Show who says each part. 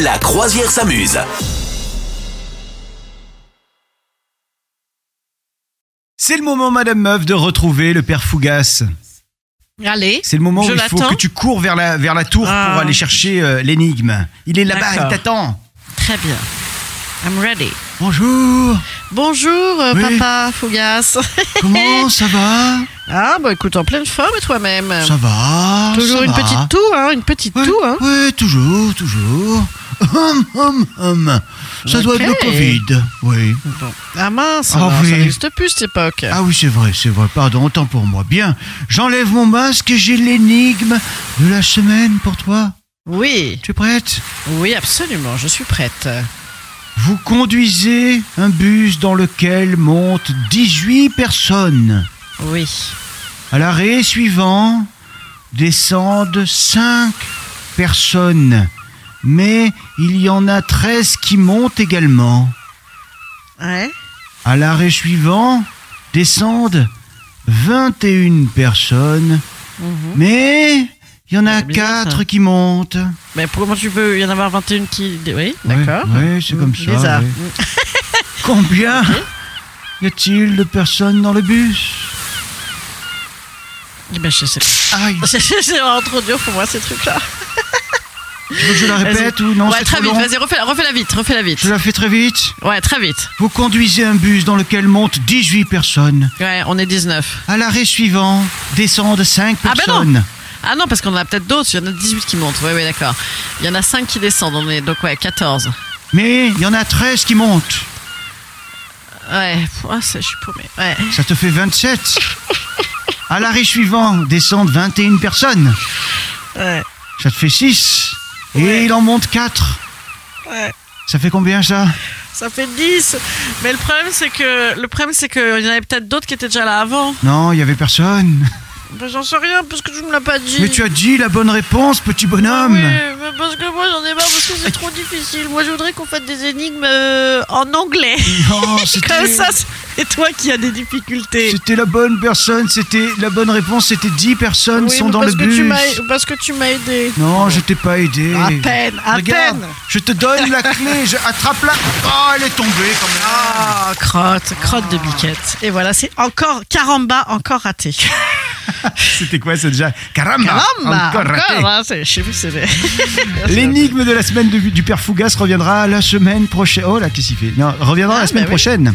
Speaker 1: La croisière s'amuse.
Speaker 2: C'est le moment, Madame Meuf, de retrouver le père Fougas.
Speaker 3: Allez.
Speaker 2: C'est le moment
Speaker 3: Je
Speaker 2: où il faut
Speaker 3: l'attends.
Speaker 2: que tu cours vers la, vers la tour
Speaker 3: Ah.
Speaker 2: pour aller chercher euh, l'énigme. Il est là-bas, il
Speaker 3: D'accord.
Speaker 2: t'attend.
Speaker 3: Très bien. I'm ready.
Speaker 2: Bonjour,
Speaker 3: Bonjour, euh,
Speaker 2: Oui.
Speaker 3: papa Fougas.
Speaker 2: comment ça va
Speaker 3: Ah, bah écoute, en pleine forme et toi-même.
Speaker 2: Ça va
Speaker 3: Toujours
Speaker 2: ça
Speaker 3: une
Speaker 2: va.
Speaker 3: petite toux, hein, une petite
Speaker 2: Ouais,
Speaker 3: toux, hein.
Speaker 2: ouais, toujours, toujours. Hum, hum, hum. Ça doit être le
Speaker 3: Ok.
Speaker 2: Covid. Oui.
Speaker 3: Bon. Ah mince,
Speaker 2: Ah
Speaker 3: alors,
Speaker 2: oui.
Speaker 3: ça n'existe plus cette époque.
Speaker 2: Ah oui, c'est vrai, c'est vrai. Pardon, autant pour moi. Bien, j'enlève mon masque et j'ai l'énigme de la semaine pour toi.
Speaker 3: Oui,
Speaker 2: Tu es prête
Speaker 3: oui, absolument, je suis prête.
Speaker 2: Vous conduisez un bus dans lequel montent 18 personnes.
Speaker 3: Oui.
Speaker 2: À l'arrêt suivant, descendent 5 personnes. Mais il y en a 13 qui montent également.
Speaker 3: Ouais.
Speaker 2: À l'arrêt suivant, descendent 21 personnes.
Speaker 3: Mhm.
Speaker 2: Mais il y en a
Speaker 3: C'est bizarre,
Speaker 2: 4
Speaker 3: ça.
Speaker 2: qui montent.
Speaker 3: Mais pour- comment tu veux y en avoir 21 qui. Oui, d'accord.
Speaker 2: Oui, c'est comme
Speaker 3: Mm,
Speaker 2: ça.
Speaker 3: Bizarre.
Speaker 2: ouais.
Speaker 3: Mm.
Speaker 2: Combien y a-t-il de personnes dans le bus Ah,
Speaker 3: Eh ben, je sais pas.
Speaker 2: Aïe,
Speaker 3: c'est vraiment trop dur pour moi ces trucs-là.
Speaker 2: tu veux que je la répète ou non
Speaker 3: ouais,
Speaker 2: c'est
Speaker 3: très
Speaker 2: trop
Speaker 3: vite,
Speaker 2: long
Speaker 3: vas-y, refais-la refais vite, refais-la vite.
Speaker 2: Je la fais très vite.
Speaker 3: Ouais, très vite.
Speaker 2: Vous conduisez un bus dans lequel montent 18 personnes.
Speaker 3: Ouais, on est 19.
Speaker 2: À l'arrêt suivant, descendent 5
Speaker 3: Ah ben non.
Speaker 2: personnes.
Speaker 3: Ah non, parce qu'on en a peut-être d'autres. Il y en a 18 qui montent. Oui, oui, d'accord. Il y en a 5 qui descendent. On est donc, ouais, 14.
Speaker 2: Mais il y en a 13 qui montent.
Speaker 3: Ouais, pff, ah, ça, je suis paumée. Ouais.
Speaker 2: Ça te fait 27. À l'arrêt suivant, descendent 21 personnes.
Speaker 3: ouais.
Speaker 2: Ça te fait 6. Et
Speaker 3: Ouais.
Speaker 2: il en monte 4.
Speaker 3: Ouais.
Speaker 2: Ça fait combien ça
Speaker 3: Ça fait 10. Mais le problème, c'est que. Le problème, c'est qu'il y en avait peut-être d'autres qui étaient déjà là avant.
Speaker 2: Non, il y avait personne.
Speaker 3: Bah, j'en sais rien, parce que tu me l'as pas dit. Ah
Speaker 2: Mais tu as dit la bonne réponse, petit bonhomme.
Speaker 3: parce que moi j'en ai marre parce que c'est trop difficile. Moi je voudrais qu'on fasse des énigmes euh, en anglais.
Speaker 2: Non,
Speaker 3: Comme
Speaker 2: Oh, c'était
Speaker 3: ça, c'est toi qui as des difficultés.
Speaker 2: c'était la bonne personne, c'était la bonne réponse, c'était 10 personnes
Speaker 3: Oui,
Speaker 2: sont
Speaker 3: mais
Speaker 2: dans le
Speaker 3: parce que tu
Speaker 2: bus.
Speaker 3: m'as- Ah, parce que tu m'as aidé.
Speaker 2: Non, je t'ai pas aidé.
Speaker 3: À peine, à
Speaker 2: Regarde,
Speaker 3: peine.
Speaker 2: je te donne la clé, je attrape la. Oh, elle est tombée quand même.
Speaker 3: Ah, crotte, crotte de biquette. Et voilà, c'est encore caramba, encore raté.
Speaker 2: C'était quoi ça déjà Caramba,
Speaker 3: Caramba,
Speaker 2: encore raté.
Speaker 3: hein, c'est- je sais plus c'est vrai.
Speaker 2: L'énigme de la semaine de- du père Fougas reviendra la semaine prochaine. Oh là, qu'est-ce qu'il fait Non, reviendra
Speaker 3: Ah,
Speaker 2: la semaine
Speaker 3: bah oui.
Speaker 2: prochaine.